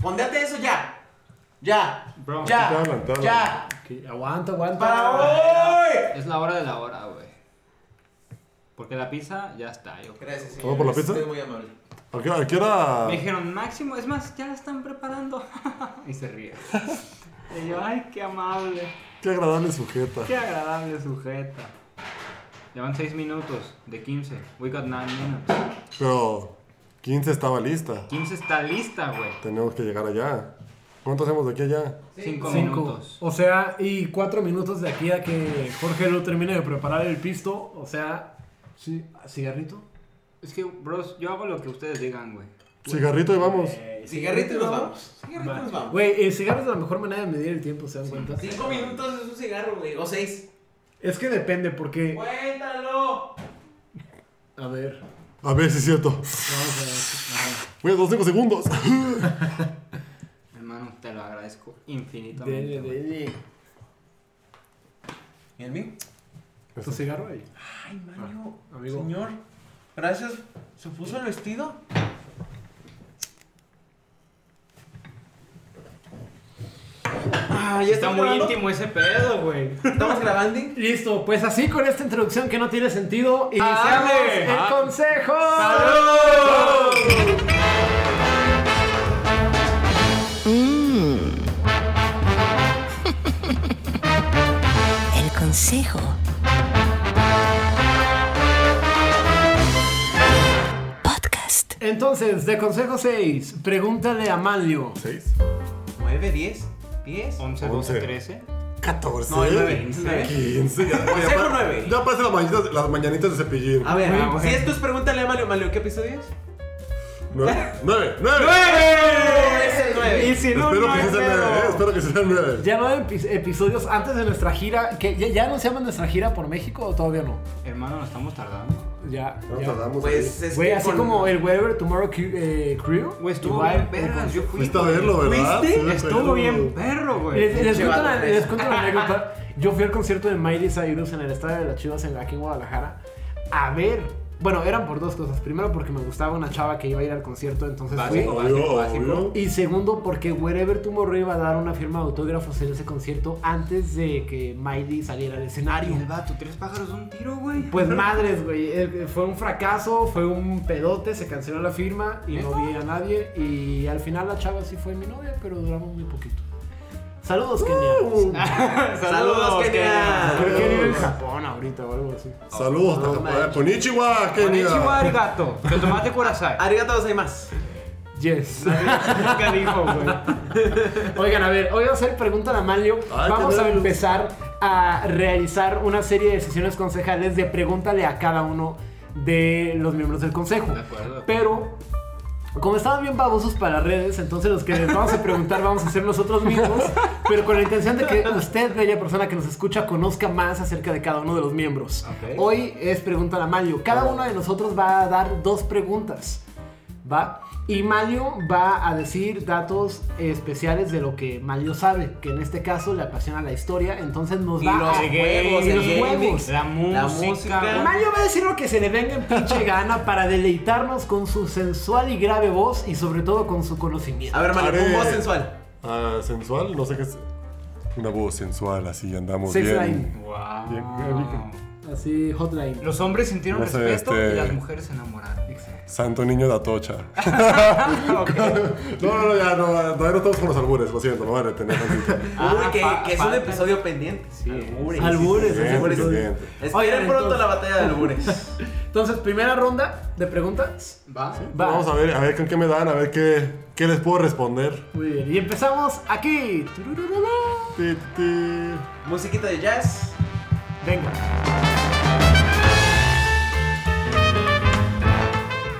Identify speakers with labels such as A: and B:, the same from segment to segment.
A: Fondeate eso ya. Ya.
B: Bro,
A: ya.
C: estoy adelantado.
A: Ya.
B: Ok, aguanta, aguanta.
A: Para hoy.
D: Es la hora de la hora, güey. Porque la pizza ya está, yo creo.
A: Gracias, señor.
C: ¿Todo por la pizza?
A: Usted es muy amable.
C: ¿A qué, a qué hora?
D: Me dijeron, máximo, es más, ya la están preparando. y se ríe. y yo, ay, qué amable,
C: Qué agradable sujeta.
D: qué agradable sujeta. Llevan 6 minutos de 15. We got 9 minutes.
C: Pero 15 estaba lista.
D: 15 está lista, güey.
C: Tenemos que llegar allá. ¿Cuánto hacemos de aquí allá?
D: 5
B: Cinco.
D: minutos.
B: O sea, y cuatro minutos de aquí a que Jorge lo termine de preparar el pisto. O sea, sí, cigarrito.
D: Es que, bros, yo hago lo que ustedes digan, güey.
C: Cigarrito y vamos.
B: Eh,
A: Cigarrito y nos vamos. Cigarrito y nos vamos.
B: Güey, el cigarro es la mejor manera de medir el tiempo, ¿se dan cuenta?
A: Cinco minutos es un cigarro, güey. O seis.
B: Es que depende, porque.
A: Cuéntalo.
B: A ver,
C: A ver si es cierto.
B: vamos a
C: Güey, dos, cinco segundos.
D: Hermano, te lo agradezco
B: ver. Dele,
D: infinitamente. güey.
B: dele.
A: ¿Y el mío?
B: ¿Tu cigarro ahí?
A: Ay, Mario.
B: Ah, amigo.
A: Señor, gracias. ¿Se puso el vestido? Ah, ya
D: Está
A: estamos
D: muy
A: grabando?
D: íntimo ese pedo, güey.
A: ¿Estamos grabando?
B: Listo, pues así con esta introducción que no tiene sentido, iniciamos
D: ¡Ale!
B: el
D: Ah.
B: consejo.
A: Ah.
E: El consejo. Podcast.
B: Entonces, de consejo 6, pregúntale a Manlio.
C: ¿Seis?
A: 9, 10, 10.
D: 11,
C: Once.
D: 12, 13.
C: ¿Catorce?
A: No, el nueve.
D: Quince.
A: el nueve.
C: 15. Ya,
A: Consejo
C: ya pa-
A: nueve.
C: Ya aparecen las mañanitas, las mañanitas de cepillín.
A: A ver,
D: Ah, bueno.
A: si esto es pregúntale a Mario, Mario, ¿qué episodio es?
C: Nueve. Nueve. Nueve.
A: ¡Eh! Es el nueve.
D: Y si no,
C: Espero
D: no
C: que
D: hay
C: sí sea
D: pedo.
C: nueve. eh, Espero que sí sea nueve.
B: Ya no hay epi- episodios antes de nuestra gira. que ¿Ya, ya anunciamos nuestra gira por México o todavía no?
D: Hermano, nos estamos tardando.
B: Ya.
C: No
B: ya.
C: tardamos.
A: Pues es
B: Güey,
A: que
B: así
A: con-
B: como el Wherever Tomorrow Cu- eh, Crew.
D: Güey, estuvo
B: igual,
D: bien Pues vergas, yo fui.
C: Fuiste a
D: güey.
C: verlo, ¿verdad?
A: ¿Fuiste?
C: Sí, me acuerdo.
D: Estuvo bien perro, güey.
B: Les, les
A: Pinche
B: cuento
A: vato
B: la,
A: fresa.
B: les cuento la anécdota. Yo fui al concierto de Miley Cyrus en el estadio de las Chivas en, aquí en Guadalajara. A ver. Bueno, eran por dos cosas. Primero, porque me gustaba una chava que iba a ir al concierto, entonces fui.
D: Básico,
C: Obvio,
D: básico, básico.
C: obvio.
B: Y segundo, porque Wherever Tomorrow iba a dar una firma de autógrafos en ese concierto antes de que Miley saliera al escenario.
D: Y el vato, tres pájaros de un tiro, güey.
B: Pues madres, güey. eh, Fue un fracaso, fue un pedote, se canceló la firma y no vi a nadie. Y al final la chava sí fue mi novia, pero duramos muy poquito. Saludos, Kenia.
A: Saludos, Kenia.
B: Creo que vive en
C: Saludos.
B: Japón ahorita o algo así.
C: Saludos hasta Japón. Konnichiwa, Kenia.
D: Konnichiwa, arigato. Te tomaste corazón.
A: Arigato, hay más.
B: Yes.
D: ¿Qué dijo, güey?
B: Oigan, a ver, hoy vamos a hacer pregunta a Manlio.
D: Ah,
C: Ay,
B: Vamos
C: qué
B: a
C: nervios.
B: empezar a realizar una serie de sesiones concejales de pregúntale a cada uno de los miembros del consejo.
D: De acuerdo.
B: Pero, como estaban bien babosos para las redes, entonces los que les vamos a preguntar vamos a ser nosotros mismos, pero con la intención de que usted, bella persona que nos escucha, conozca más acerca de cada uno de los miembros.
D: Ok.
B: Hoy es Pregúntale a Manlio. Cada uno de nosotros va a dar dos preguntas. ¿va? Y Mario va a decir datos especiales de lo que Mario sabe, que en este caso le apasiona la historia, entonces nos
A: Y
B: va
A: los
B: a...
A: juegos,
B: y
A: el
B: los
A: gaming.
B: juegos.
D: La música.
A: música.
B: Mario va a decir lo que se le venga en pinche gana para deleitarnos con su sensual y grave voz y sobre todo con su conocimiento.
A: A ver, Mario,
C: Are-
A: un voz sensual.
C: Ah, sensual, no sé qué es. Una voz sensual, así andamos
B: Sex
C: bien.
B: line.
C: Bien,
D: Wow.
C: rico.
B: Ah. Así, hotline.
D: Los hombres sintieron
C: No sé,
D: respeto
C: este-
D: y las mujeres se enamoraron. Exacto.
C: Santo niño de Atocha.
B: Ah,
C: No, no, no, ya, no, todavía no estamos con los albures, lo siento, no voy a retener tantito.
A: Uy, que,
D: pa-
A: que es un
D: pa-
A: episodio pendiente.
D: Sí.
A: Albures.
B: Albures,
C: Bien,
B: albures.
C: bien, bien.
A: Esperen
B: Oigan,
A: pronto
B: entonces-
A: la batalla de albures.
B: Entonces, primera ronda de preguntas.
D: ¿Va?
B: Va.
C: Vamos a ver, a ver con qué me dan, a ver qué, qué les puedo responder.
B: Muy bien, y empezamos aquí. Tururururú.
C: Ti, ti.
A: Musiquita de jazz.
B: Venga.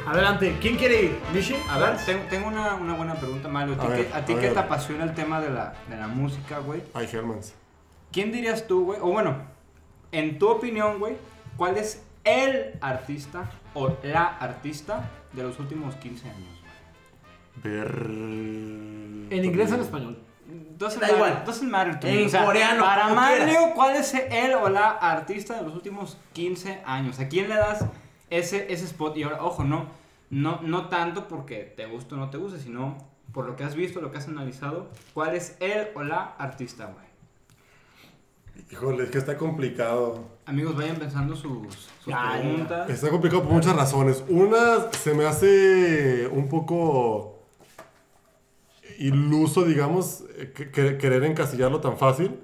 B: Adelante, ¿quién quiere ir? ¿Mishi?
D: A ver, tengo, tengo una, una buena pregunta, Mario. ¿A ti,
C: A
D: que,
C: ver,
D: a ti
C: a
D: que
C: ver.
D: te apasiona el tema de la, de la música, güey?
C: Ay, Hermans.
D: ¿Quién dirías tú, güey? O bueno, en tu opinión, güey, ¿cuál es el artista o la artista de los últimos 15 años?
C: Ver.
B: ¿En inglés o en español?
D: Doesn't
A: Da
D: matter-
A: igual.
D: doesn't matter to me.
A: En coreano,
D: Para
A: como quieras.
D: Mario, ¿cuál es el o la artista de los últimos 15 años? ¿A quién le das ese, ese spot? Y ahora, ojo, no. No, no tanto porque te gusta o no te gusta, sino por lo que has visto, lo que has analizado, cuál es el o la artista, güey.
C: Híjole, es que está complicado.
D: Amigos, vayan pensando sus, sus
B: Ya, ya.
D: preguntas.
C: Está complicado por muchas razones. Una, se me hace un poco iluso, digamos, que- que- querer encasillarlo tan fácil.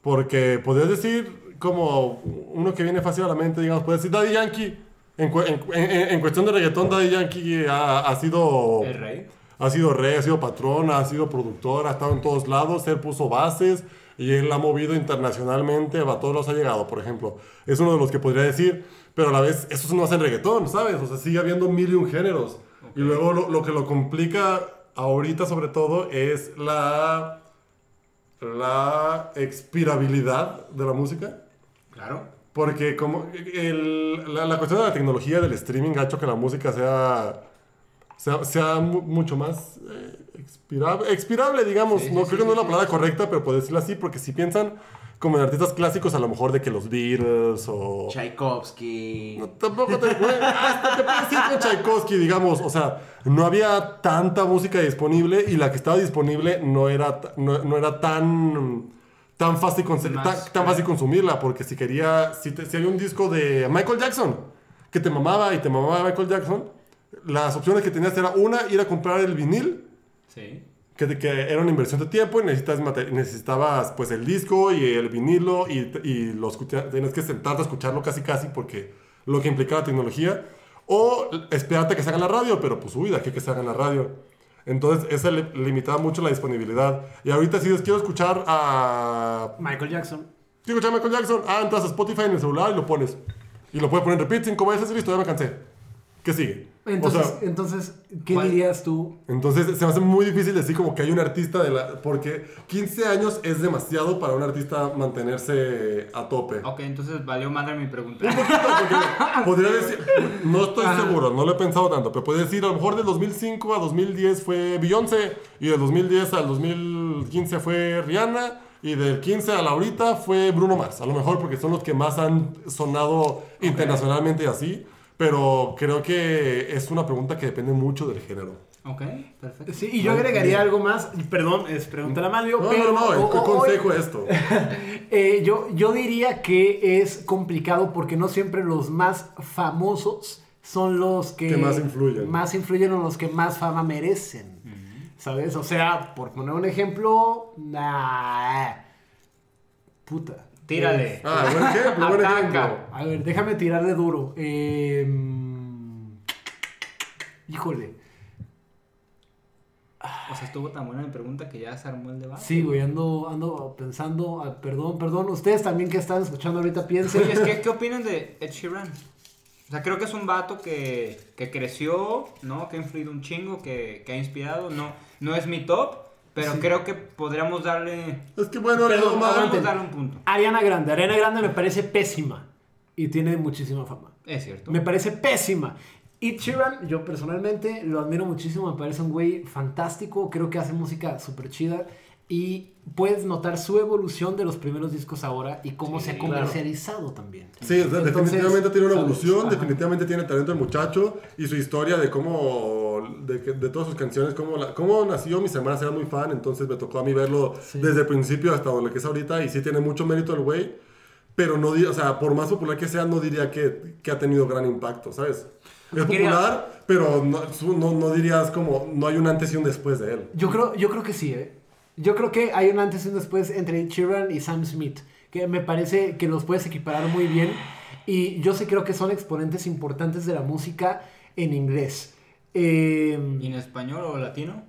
C: Porque podrías decir, como uno que viene fácil a la mente, digamos, puedes decir Daddy Yankee. En, cu- en- en- en cuestión de reggaetón, Daddy Yankee ha, ha sido.
D: El rey.
C: Ha sido rey, ha sido patrón, ha sido productor, ha estado en todos lados, él puso bases y él la ha movido internacionalmente, a todos los ha llegado, por ejemplo. Es uno de los que podría decir, pero a la vez, eso no hace el reggaetón, ¿sabes? O sea, sigue habiendo mil y un géneros. Y luego lo, lo que lo complica ahorita sobre todo es la, la expirabilidad de la música.
D: Claro.
C: Porque como el- la, la cuestión de la tecnología del streaming ha hecho que la música sea, sea, sea mu- mucho más eh, expirable, expirable, digamos.
D: Sí,
C: no
D: sí, sí,
C: creo que no es
D: sí,
C: la palabra correcta, pero puedo decirlo así, porque si piensan como en artistas clásicos, a lo mejor de que los Beatles o...
A: Tchaikovsky.
C: No, tampoco te, güey, hasta te puedes ir con Tchaikovsky, digamos. O sea, no había tanta música disponible y la que estaba disponible no era, ta- no, no era tan, tan, fácil conse-
D: Más,
C: tan, tan fácil consumirla. Porque si quería, si, te- si había un disco de Michael Jackson que te mamaba y te mamaba Michael Jackson, las opciones que tenías era una, ir a comprar el vinil
D: Sí.
C: que, que era una inversión de tiempo y necesitas mate- necesitabas pues el disco y el vinilo y, y lo escucha- tenías que sentarte a escucharlo casi casi porque lo que implicaba la tecnología o esperarte a que se haga en la radio pero pues uy de aquí a que se haga en la radio entonces esa le- limitaba mucho la disponibilidad y ahorita si les quiero escuchar a
B: Michael Jackson.
C: quiero escuchar a Michael Jackson ah entras a Spotify en el celular y lo pones y lo puedes poner en repeat cinco veces y listo ya me cansé ¿qué sigue? O
B: Entonces,
C: sea,
B: entonces ¿qué
D: ¿cuál?
B: dirías tú?
C: entonces se me hace muy difícil decir como que hay un artista de la... Porque 15 años es demasiado para un artista mantenerse a tope.
D: Ok, entonces valió madre mi pregunta.
C: Podría decir, no estoy seguro, no lo he pensado tanto, pero podría decir a lo mejor del 2005 a 2010 fue Beyoncé y del 2010 al 2015 fue Rihanna y del 15 a la ahorita fue Bruno Mars. A lo mejor porque son los que más han sonado internacionalmente y así, pero creo que es una pregunta que depende mucho del género.
D: ok, perfecto.
B: Sí, y yo agregaría algo más, perdón, es preguntar a Mario,
C: No, no,
B: pero
C: no,
B: o-
C: ¿qué
B: o-
C: consejo es esto?
B: Eh, yo, yo diría que es complicado porque no siempre los más famosos son los que,
C: Que más influyen.
B: Más influyen o los que más fama merecen. ¿Sabes? O sea, por poner un ejemplo, nah, puta.
D: Tírale.
C: Ah, buen ejemplo, buen
D: Ataca.
C: ejemplo.
B: A ver, déjame tirarle duro. Em, híjole.
D: O sea, estuvo tan buena mi pregunta que ya se armó el debate.
B: Sí, güey, ando, ando pensando. ah, Perdón, perdón. Ustedes también que están escuchando ahorita piensen.
D: Oye, es que, ¿qué opinan de Ed Sheeran? O sea, creo que es un vato que, que creció, ¿no? Que ha influido un chingo, que, que ha inspirado. No, no es mi top, pero creo que podríamos darle...
C: Es que bueno,
B: Pero,
C: no mames.
B: aguante.
D: Podríamos darle un punto.
B: Ariana Grande. Ariana Grande me parece pésima. Y tiene muchísima fama.
D: Es cierto.
B: Me parece pésima. Y Sheeran, yo personalmente lo admiro muchísimo. Me parece un güey fantástico. Creo que hace música súper chida. Y puedes notar su evolución de los primeros discos ahora y cómo se ha comercializado también.
C: Sí, o sea,
B: Entonces,
C: definitivamente tiene una
B: ¿sabes?
C: evolución,
B: Ajá.
C: definitivamente tiene talento el muchacho y su historia de cómo, de, que- de todas sus canciones, cómo, la- cómo nació, mis hermanas eran muy fan, entonces me tocó a mí verlo
B: Sí.
C: desde el principio hasta donde que es ahorita y sí tiene mucho mérito el güey, pero no, di- o sea, por más popular que sea, no diría que, que ha tenido gran impacto, ¿sabes? Es
B: Quería-
C: popular, pero no, su- no, no dirías como, no hay un antes y un después de él.
B: Yo creo, yo creo que sí, ¿eh? Yo creo que hay un antes y un después entre Ed Sheeran y Sam Smith, que me parece que los puedes equiparar muy bien. Y yo sí creo que son exponentes importantes de la música en inglés. Eh,
D: ¿Y en español o latino?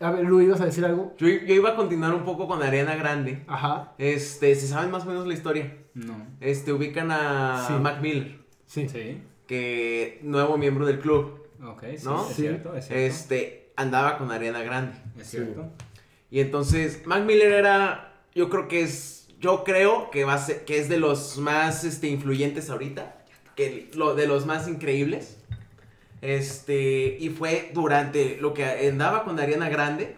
B: a ver, Lu, ¿ibas a decir algo?
A: Yo, yo iba a continuar un poco con Ariana Grande.
B: Ajá,
A: Este, se saben más o menos la historia.
D: No.
A: Este, ubican a
B: Sí.
A: Mac Miller,
B: sí.
D: Sí.
A: que nuevo miembro del club,
D: Ok, sí,
A: ¿no?
D: es cierto, es cierto.
A: Este, andaba con Ariana Grande.
D: Es cierto.
A: Y entonces, Mac Miller era, yo creo que es, yo creo que va a ser, que es de los más, este, influyentes ahorita, que lo, de los más increíbles. Este, y fue durante lo que andaba con Ariana Grande,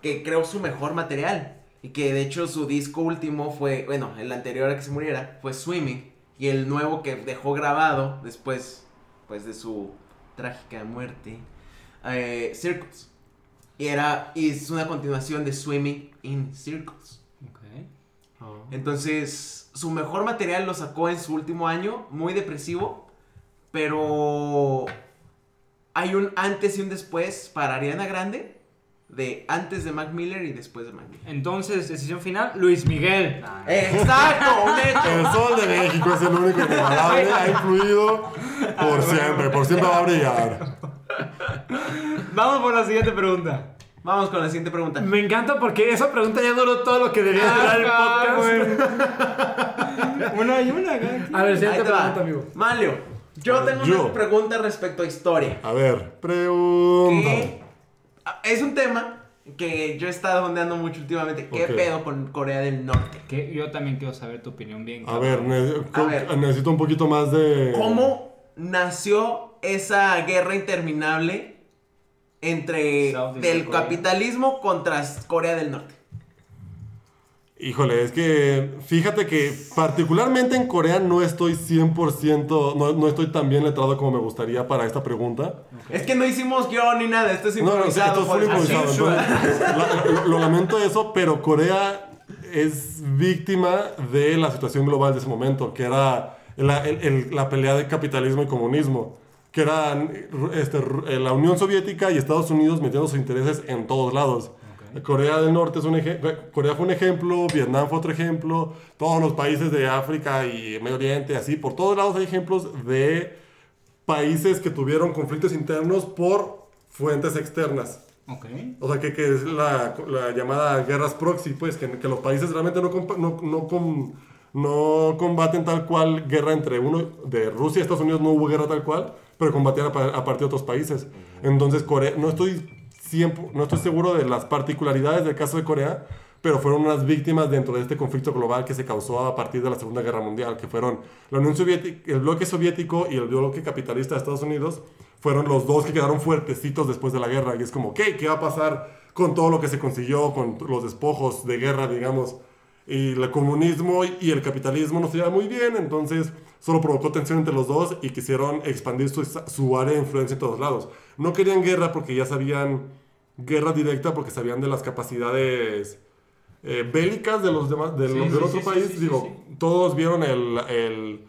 A: que creó su mejor material. Y que de hecho su disco último fue, bueno, el anterior a que se muriera, fue Swimming. Y el nuevo que dejó grabado después, pues de su trágica muerte, eh, Circles. Y era, y es una continuación de Swimming in Circles.
D: Ok.
A: Entonces, su mejor material lo sacó en su último año, muy depresivo, pero hay un antes y un después para Ariana Grande, de antes de Mac Miller y después de Mac Miller.
D: Entonces, decisión final, Luis Miguel.
A: Eh. Exacto, un hecho.
C: El sol de México es el único inigualable, ha influido por siempre, por siempre va a brillar.
D: Vamos por la siguiente pregunta.
A: Vamos con la siguiente pregunta.
B: Me encanta porque esa pregunta ya duró todo lo que debía durar el
D: Ah,
B: podcast.
D: güey. una y una, güey.
B: A ver,
A: Ahí
B: siguiente
A: te va.
B: pregunta, amigo.
A: Malio, yo tengo
C: yo.
A: una pregunta respecto a historia.
C: A ver, pregunta.
A: que ah, es un tema que yo he estado ondeando mucho últimamente. ¿Qué
C: Ok.
A: pedo con Corea del Norte?
D: Que yo también quiero saber tu opinión bien.
C: A ver, ne-
A: A ver.
C: necesito un poquito más de...
A: ¿Cómo nació esa guerra interminable entre
D: Saudi y
A: del
D: Corea.
A: capitalismo contra Corea del Norte?
C: Híjole, es que fíjate que particularmente en Corea no estoy 100%, no, no estoy tan bien letrado como me gustaría para esta pregunta.
A: Es que no hicimos guión ni nada, esto es
C: No, no, sí,
A: improvisado.
C: esto fue
A: por-
C: improvisado.
A: Así-
C: entonces, la- lo, lo lamento eso, pero Corea es víctima de la situación global de ese momento, que era la, el- el- la pelea de capitalismo y comunismo, que eran este, la Unión Soviética y Estados Unidos metiendo sus intereses en todos lados. Corea del Norte es un ejemplo, Corea fue un ejemplo, Vietnam fue otro ejemplo, todos los países de África y Medio Oriente, así, por todos lados hay ejemplos de países que tuvieron conflictos internos por fuentes externas.
D: Ok.
C: O sea, que, que es la, la llamada guerras proxy, pues, que, que los países realmente no, compa- no, no com- no combaten tal cual guerra entre uno. De Rusia y Estados Unidos no hubo guerra tal cual, pero combatían a, pa- a partir de otros países. Entonces, Corea, no estoy, siempre, no estoy seguro de las particularidades del caso de Corea, pero fueron unas víctimas dentro de este conflicto global que se causó a partir de la Segunda Guerra Mundial, que fueron la Unión Soviética, el bloque soviético y el bloque capitalista de Estados Unidos, fueron los dos que quedaron fuertecitos después de la guerra. Y es como, ¿qué? ¿Qué va a pasar con todo lo que se consiguió, con t- los despojos de guerra, digamos? Y el comunismo y- y el capitalismo no se llevan muy bien, entonces solo provocó tensión entre los dos y quisieron expandir su, su área de influencia en todos lados. No querían guerra porque ya sabían, guerra directa porque sabían de las capacidades eh, bélicas de los demás, de
D: Sí,
C: los- del
D: sí,
C: otro
D: sí,
C: país.
D: sí, sí,
C: Digo,
D: sí,
C: todos vieron el, el-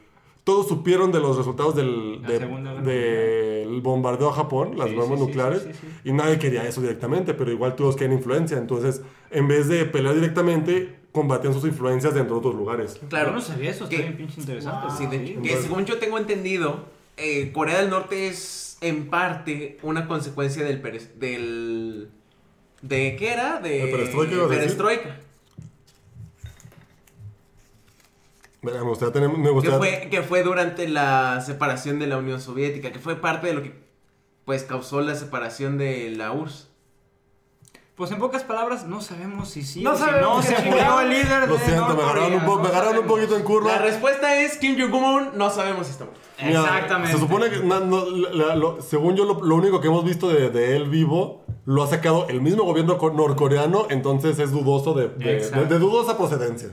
C: todos supieron de los resultados del,
D: La
C: de-
D: Segunda Guerra
C: del bombardeo a Japón, las
D: Sí,
C: bombas
D: sí, sí,
C: nucleares,
D: sí, sí, sí.
C: y nadie quería eso directamente, pero igual todos quieren influencia. Entonces, en vez de pelear directamente, combatían sus influencias dentro de otros lugares.
A: Claro.
D: Yo no sabía eso, está
A: ¿Qué?
D: bien pinche interesante.
A: Sí, de hecho, que
C: Entonces-
A: según yo tengo entendido, eh, Corea del Norte es en parte una consecuencia del perez- del de qué era de
C: ¿De perestroika ibas a decir?
A: perestroika,
C: Mira, Me gustaría tener- me
A: que
C: gustaría-
A: fue que fue durante la separación de la Unión Soviética, que fue parte de lo que pues causó la separación de la URSS.
D: Pues en pocas palabras, no sabemos si sí
B: No
D: o si no.
B: sabemos qué
D: Se murió
B: chingados.
D: el líder
C: Lo
D: de
C: siento, me
D: Norcorea,
C: agarraron, un, po-
D: no
C: me agarraron un
D: sabemos.
C: poquito en curva.
A: La respuesta es Kim Jong Un, no sabemos si está muerto.
C: Mira,
D: Exactamente.
C: Se supone que, na- no, la- la- lo- según yo, lo, lo único que hemos visto de, de él vivo lo ha sacado el mismo gobierno co- norcoreano, entonces es dudoso de, de,
D: Exacto.
C: de- de dudosa procedencia.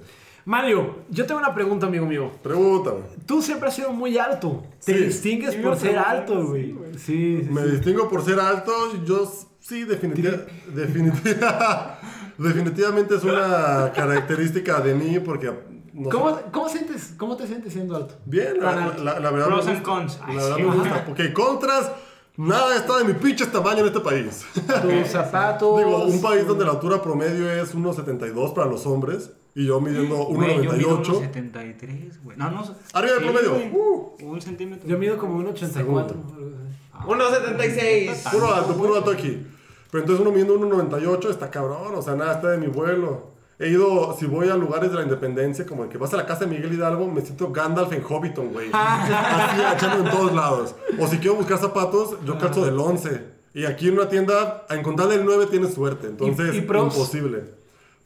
B: Mario, yo tengo una pregunta, amigo mío.
C: Pregúntame.
B: Tú siempre has sido muy alto. Te
C: Sí.
B: distingues
D: Sí,
B: por
D: me
B: ser
D: preguntaron,
B: alto, güey. Sí, sí,
C: Me
B: sí.
C: distingo por ser alto, yo s- sí, definitiva- definitiva- definitivamente es una característica de mí porque... no sé.
B: ¿Cómo, cómo sientes, ¿Cómo te sientes siendo alto?
C: Bien, la,
B: Tan alto.
C: la- la verdad...
D: Pros
C: me
D: and
C: gusta.
D: cons. Ay,
C: La verdad
D: sí,
C: me
D: ajá.
C: gusta, porque contras, nada está de mi pinche tamaño en este país.
B: Tus zapatos.
C: Digo, un país donde la altura promedio es 1,72 para los hombres y yo midiendo
D: Güey, yo mido
C: 1,98.
D: 1.73, güey. No, no.
C: Arriba del
D: sí,
C: promedio.
D: güey.
C: Uh.
D: un centímetro.
B: Yo mido como un 84. algo así.
D: Ah.
A: 1.76.
C: Puro alto, puro alto aquí. Pero entonces uno midiendo 1,98 está cabrón, o sea, nada está de mi vuelo. He ido, si voy a lugares de la independencia, como el que vas a la casa de Miguel Hidalgo, me siento Gandalf en Hobbiton, güey. Así, echando en todos lados. O si quiero buscar zapatos, yo calzo del 11. Y aquí en una tienda, a encontrar el 9 tienes suerte. Entonces,
B: y pros?
C: imposible.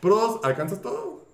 C: Pros, alcanzas todo.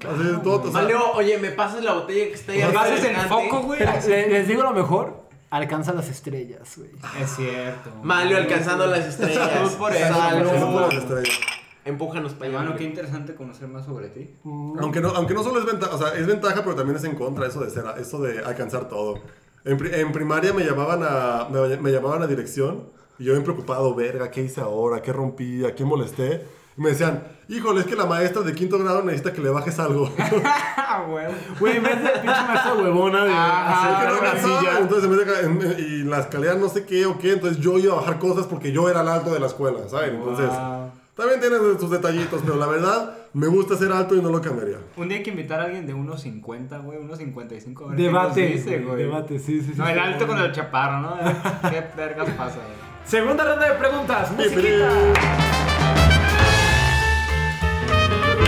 C: Así, todo, o sea,
A: Malio, oye, me pasas la botella que está ahí
D: Me
A: arriba
D: pasas el
A: delante?
D: foco, güey.
B: Pero le- les digo lo mejor. Alcanza las estrellas, güey.
D: Es cierto.
A: Malio alcanzando las estrellas.
D: Salud por eso,
A: Salud.
C: Eso
D: Malio.
C: por las estrellas.
A: Empújanos para allá.
D: Hermano, qué
A: Malio.
D: interesante conocer más sobre ti.
C: Aunque no, aunque no solo es ventaja, o sea, es ventaja, pero también es en contra eso de ser, eso de alcanzar todo. En, pri- en primaria me llamaban a me, me llamaban a dirección y yo bien preocupado, verga, ¿qué hice ahora? ¿Qué rompí? ¿A quién molesté? Y me decían, híjole, es que la maestra de quinto grado necesita que le bajes algo.
D: Ah, huevo.
B: Güey, me hace pinche maestra huevona de
D: Ajá,
B: hacer
C: Que no
B: una
C: alcanzaba.
B: Ah, silla.
C: Entonces, en vez de ca- en- en- y la escalera no sé qué o qué, entonces yo iba a bajar cosas porque yo era el alto de la escuela, ¿saben? Entonces,
D: Wow.
C: también tiene sus detallitos, pero la verdad, me gusta ser alto y no lo cambiaría.
D: Un día hay que invitar a alguien de 1.50, güey, 1.55. a ver qué nos
B: Debate,
D: pues, dice,
B: güey, debate, sí, sí, sí.
D: No, el
B: sí,
D: alto
B: sí.
D: con el chaparro, ¿no? ¿Qué vergas pasa, güey?
B: Segunda ronda de preguntas, musiquita.
C: Pero-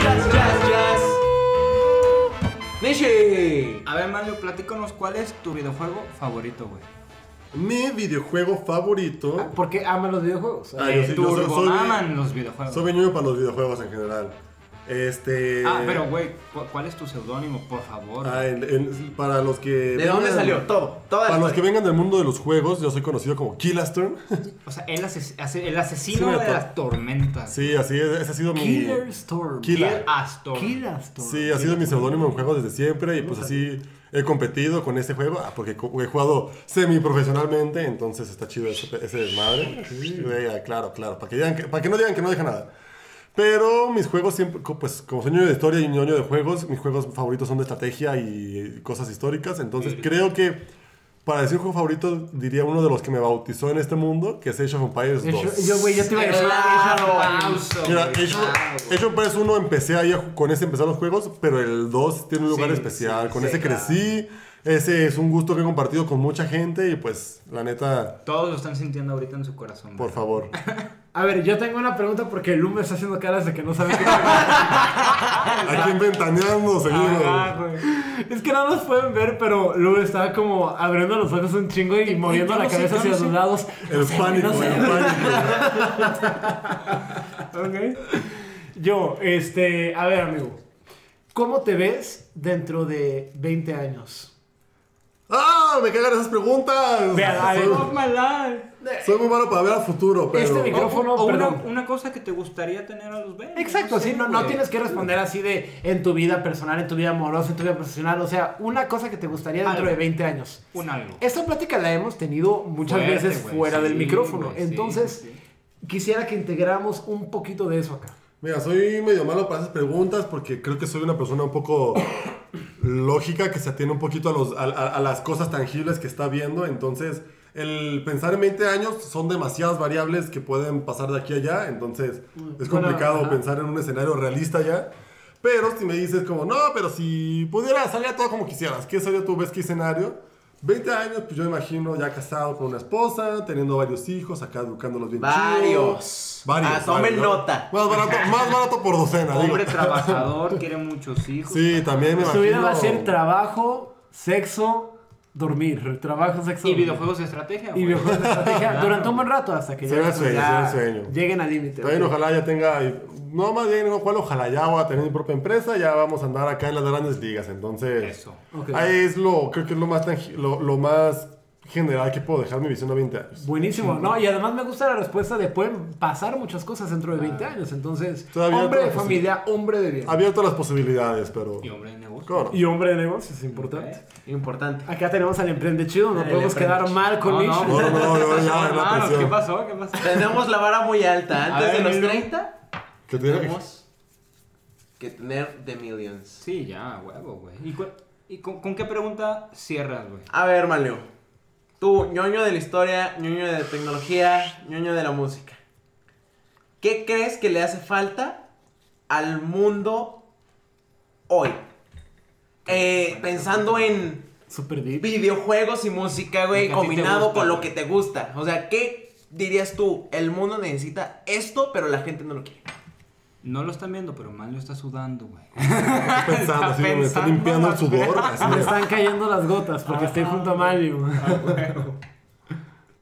A: Jazz, jazz, jazz. Nishi.
D: A ver, Mario, platícanos cuál es tu videojuego favorito, güey.
C: Mi videojuego favorito.
B: Porque ama los videojuegos.
C: Ah, yo
D: Eh,
C: sí, yo soy- soy-
D: Turbomaman los videojuegos.
C: Soy niño para los videojuegos en general. Este.
D: Ah, pero, güey, cu- ¿cuál es tu seudónimo, por favor?
C: Ah, el- el- para los que.
A: ¿De dónde salió? Todo. Toda
C: Para
A: la
C: los que
A: historia.
C: vengan del mundo de los juegos, yo soy conocido como Killastern.
D: O sea, el, ases- ase- el asesino
C: Sí, me
D: de
C: acuerdo.
D: las tormentas.
C: sí, así es, ese ha sido mi.
B: Killer Storm.
C: Kill-
D: Kill Astor.
B: Killer Storm.
C: Sí, ha sido mi seudónimo en juegos desde siempre y pues así he competido con ese juego ah, porque co- he jugado semiprofesionalmente, entonces está chido ese, ese desmadre. Güey, ah, Claro, claro, para que, digan que- para que no digan que no deja nada. Pero mis juegos siempre, co- pues como soy niño de historia y niño de juegos, mis juegos favoritos son de estrategia y cosas históricas, entonces creo que... Para decir juego favorito, diría uno de los que me bautizó en este mundo, que es Age of Empires 2.
B: Yo- Yo, güey, yo te iba a decir.
A: Claro.
D: Pausa, güey,
C: Mira, Age of-
D: claro, güey.
C: Age of Empires 1 empecé ahí, a- con ese empezar los juegos, pero el 2 tiene un lugar
D: Sí,
C: especial.
D: sí,
C: con
D: sí,
C: ese
D: claro.
C: crecí, ese es un gusto que he compartido con mucha gente y pues, la neta,
D: Todos lo están sintiendo ahorita en su corazón.
C: por favor.
B: A ver, yo tengo una pregunta porque Lume está haciendo caras de que no sabe qué.
C: Aquí en Ventaneando,
D: Ah,
C: seguimos.
D: güey.
B: Es que no nos pueden ver, pero Lu estaba como abriendo los ojos un chingo y moviendo
D: yo
B: la
D: no sé,
B: cabeza
D: yo
B: hacia
D: no
B: los
D: sé.
B: lados.
C: El pánico, el pánico.
B: Yo, este, a ver, amigo. ¿Cómo te ves dentro de 20 años?
C: ¡Ah! Me cagan esas preguntas.
B: Vean, a ver,
D: Of
C: soy,
D: my life.
C: soy muy malo para ver al futuro, pero...
B: Este micrófono-
D: O- o una,
B: perdón.
D: una cosa que te gustaría tener a los 20.
B: Exacto, sí,
D: sé,
B: no, no
D: güey.
B: tienes que responder así de en tu vida personal, en tu vida amorosa, en tu vida profesional. O sea, una cosa que te gustaría dentro
D: Algo.
B: de 20 años.
D: Un algo.
B: Esta plática la hemos tenido muchas
D: Fuerte,
B: veces
D: güey,
B: fuera
D: sí,
B: del micrófono.
D: güey, sí,
B: Entonces,
D: sí,
B: quisiera que integramos un poquito de eso acá.
C: Mira, soy medio malo para esas preguntas porque creo que soy una persona un poco lógica que se atiene un poquito a, los, a, a- a las cosas tangibles que está viendo. Entonces, el pensar en 20 años son demasiadas variables que pueden pasar de aquí a allá. Entonces, es
B: Mm, Bueno,
C: complicado
B: ajá.
C: pensar en un escenario realista ya. Pero si me dices como, no, pero si pudiera, salía todo como quisieras. ¿Qué sería tú? ¿Ves qué escenario? 20 años, pues yo imagino ya casado con una esposa, teniendo varios hijos, acá educándolos bien
A: Varios.
C: chido. Varios.
A: Ah, tomen
C: varios, ¿no?
A: nota.
C: Más barato, más barato por docena, digo.
D: Hombre trabajador, quiere muchos hijos.
C: Sí, también me
B: Su
C: imagino.
B: vida va a ser trabajo, sexo, dormir. Trabajo, sexo,
D: Y
B: dormir.
D: videojuegos de estrategia.
B: Y
D: güey.
B: videojuegos de estrategia durante un buen rato hasta que
C: Será
B: ya-
C: el sueño,
B: ya
C: será el sueño.
B: lleguen al límite.
C: También
B: ok.
C: ojalá ya tenga, no más bien, no, cual ojalá ya voy a tener mi propia empresa, ya vamos a andar acá en las grandes ligas, entonces.
D: Eso.
B: Ok.
C: Ahí es lo, creo que es lo más, tangi- lo, lo más general que puedo dejar mi visión a 20 años.
B: Buenísimo, ¿no? Y además me gusta la respuesta de pueden pasar muchas cosas dentro de 20 años. Entonces,
C: Todavía
B: hombre de
C: todo es
B: familia, hombre de bien.
C: Abierto a las posibilidades, pero.
D: Y hombre de negocio.
C: ¿cómo no?
B: Y hombre de negocios, es importante.
A: Importante.
B: Acá tenemos al emprende chido, no
A: El
B: podemos
A: emprende
B: quedar
A: chido.
B: mal con
D: No,
B: Mish.
D: no,
C: No, no, no, no, ya,
D: No,
C: la
D: hermanos,
C: presión.
D: ¿qué pasó? ¿Qué pasó?
A: Tenemos la vara muy alta.
D: A
A: Antes
D: ver,
A: de los
D: Emilio.
A: 30,
C: ¿Qué tiene?
A: tenemos que tener The Millions.
D: Sí, ya, huevo, güey. ¿Y, cu- y con, con qué pregunta cierras, güey?
A: A ver, Maleo. Tú, ñoño de la historia, ñoño de tecnología, ñoño de la música. ¿Qué crees que le hace falta al mundo hoy? Eh, pensando en
B: Super deep.
A: videojuegos y música, güey,
D: Lo que a ti te
A: combinado
D: gusta,
A: con lo
D: güey.
A: que te gusta. O sea, ¿qué dirías tú? El mundo necesita esto, pero la gente no lo quiere.
D: No lo están viendo, pero mal lo está sudando, güey.
C: Estoy pensando, así, me está
D: pensando,
C: limpiando el sudor. así,
B: Me
C: mira.
B: están cayendo las gotas
D: Ah,
B: porque estoy junto a Mario.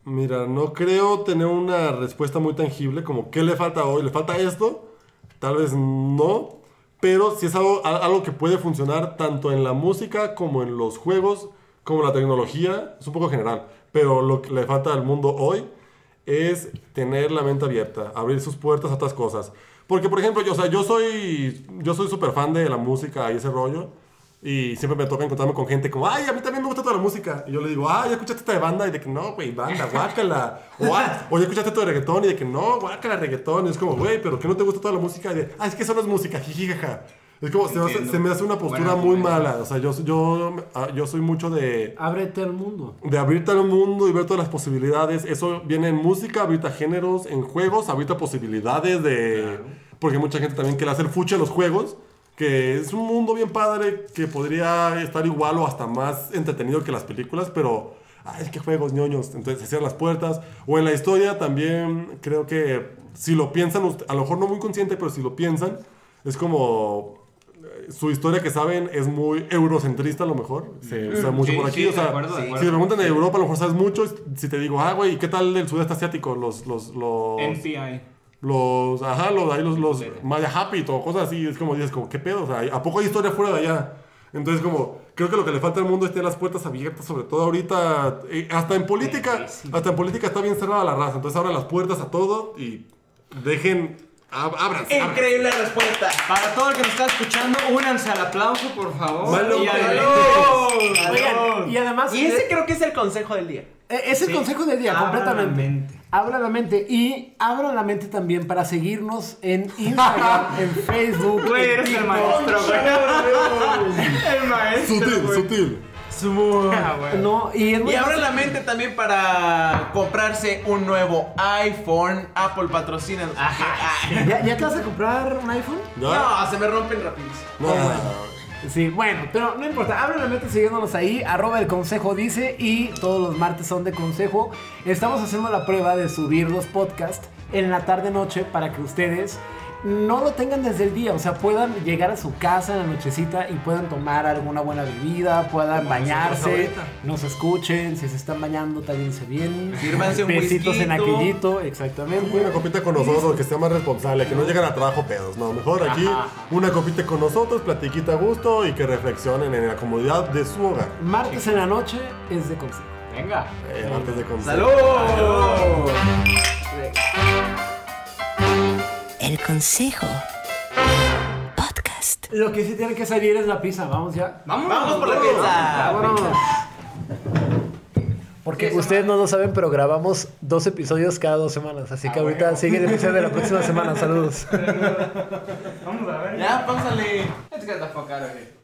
C: Mira, no creo tener una respuesta muy tangible, como qué le falta hoy, le falta esto, tal vez no, pero sí es algo, a- algo que puede funcionar tanto en la música como en los juegos, como la tecnología, es un poco general, pero lo que le falta al mundo hoy es tener la mente abierta, abrir sus puertas a otras cosas. Porque, por ejemplo, yo, o sea, yo soy yo soy súper fan de la música y ese rollo, Y siempre me toca encontrarme con gente como, ay, a mí también me gusta toda la música. Y yo le digo, ay, ¿ya escuchaste esta de banda? Y de que, no, güey, banda, guácala. O, "Ah, o ya escuchaste esto de reggaetón. Y de que, no, guácala, reggaetón. Y es como, güey, ¿pero qué no te gusta toda la música? Y de, ah, es que eso no es música, jijijaja. Es como, se me, hace,
D: Entiendo.
C: se me hace una postura
D: Buen
C: muy
D: argumento.
C: mala. O sea, yo, yo, ah, yo soy mucho de
B: Ábrete al mundo.
C: de abrirte al mundo y ver todas las posibilidades. Eso viene en música, ahorita géneros, en juegos, ahorita posibilidades de... Porque hay mucha gente también que le hace el fuche a los juegos, que es un mundo bien padre que podría estar igual o hasta más entretenido que las películas, pero... Ay, qué juegos ñoños. Entonces se cierran las puertas. O en la historia también creo que si lo piensan, ust- a lo mejor no muy consciente, pero si lo piensan, es como... eh, Su historia que saben es muy eurocentrista a lo mejor. Se usa mucho
D: Sí,
C: por aquí.
D: sí,
C: o sea,
D: de acuerdo, de
C: si
D: acuerdo.
C: te preguntan de Europa, a lo mejor sabes mucho. Si te digo, ah, güey, ¿qué tal del sudeste asiático? Los, los, los,
D: NPI.
C: los, ajá, los, ahí los, los Maya Happy o cosas así. Es como, dices, como, ¿qué pedo? O sea, ¿a poco hay historia fuera de allá? Entonces, como, creo que lo que le falta al mundo es tener las puertas abiertas, sobre todo ahorita, eh, hasta en política, hasta en política está bien cerrada la raza. Entonces, abran las puertas a todo y dejen, ab- ábranse. ábranse.
A: Increíble respuesta.
D: Para todo el que nos está escuchando, únanse al aplauso, por favor.
C: Malo,
D: Y al-
A: ¡Salud!
B: Oigan, y además.
A: Y ese creo que es el consejo del día.
B: E- Es el
D: Sí.
B: consejo del día,
D: Abra
B: completamente.
D: la mente.
B: Abra la mente. Y abra la mente también para seguirnos en Instagram, en Facebook.
D: Güey,
B: en
D: eres el
B: TikTok.
D: maestro, güey. El maestro.
C: Sutil,
D: güey.
C: sutil.
D: Ah, güey.
B: No, y es muy
A: Y abra
B: fácil.
A: la mente también para comprarse un nuevo iPhone. Apple patrocina. Ah,
B: ¿Ya, ¿Ya te vas a comprar un iPhone?
C: ¿Ya?
A: No, se me rompen rapidísimo.
C: No.
B: Sí, bueno, pero no importa, abran la mente siguiéndonos ahí, arroba el consejo dice y todos los martes son de consejo. Estamos haciendo la prueba de subir los podcasts en la tarde-noche para que ustedes no lo tengan desde el día, o sea, puedan llegar a su casa en la nochecita y puedan tomar alguna buena bebida, puedan bañarse,
D: nosotros ahorita.
B: nos escuchen, si se están bañando, tallense bien,
A: Sírvanse un
B: besitos en
A: whisquito.
B: aquellito, exactamente.
C: Una copita con nosotros, que sea más responsable, que no lleguen a trabajo pedos, no, mejor aquí una copita con nosotros, platiquita a gusto y que reflexionen en la comodidad de su hogar.
B: Martes en la noche es de consejo.
D: Venga.
C: Eh, antes de comenzar.
A: ¡Salud!
C: Oh.
E: El consejo. Podcast.
B: Lo que sí tiene que salir es la pizza, vamos ya.
D: Vamos,
A: Vamos por la pizza.
B: Porque ustedes no lo saben, pero grabamos dos episodios cada dos semanas. Así que ahorita sigue el episodio de la próxima semana. Saludos.
D: Vamos a ver.
A: Ya, pásale.
D: Let's get the fuck out of here.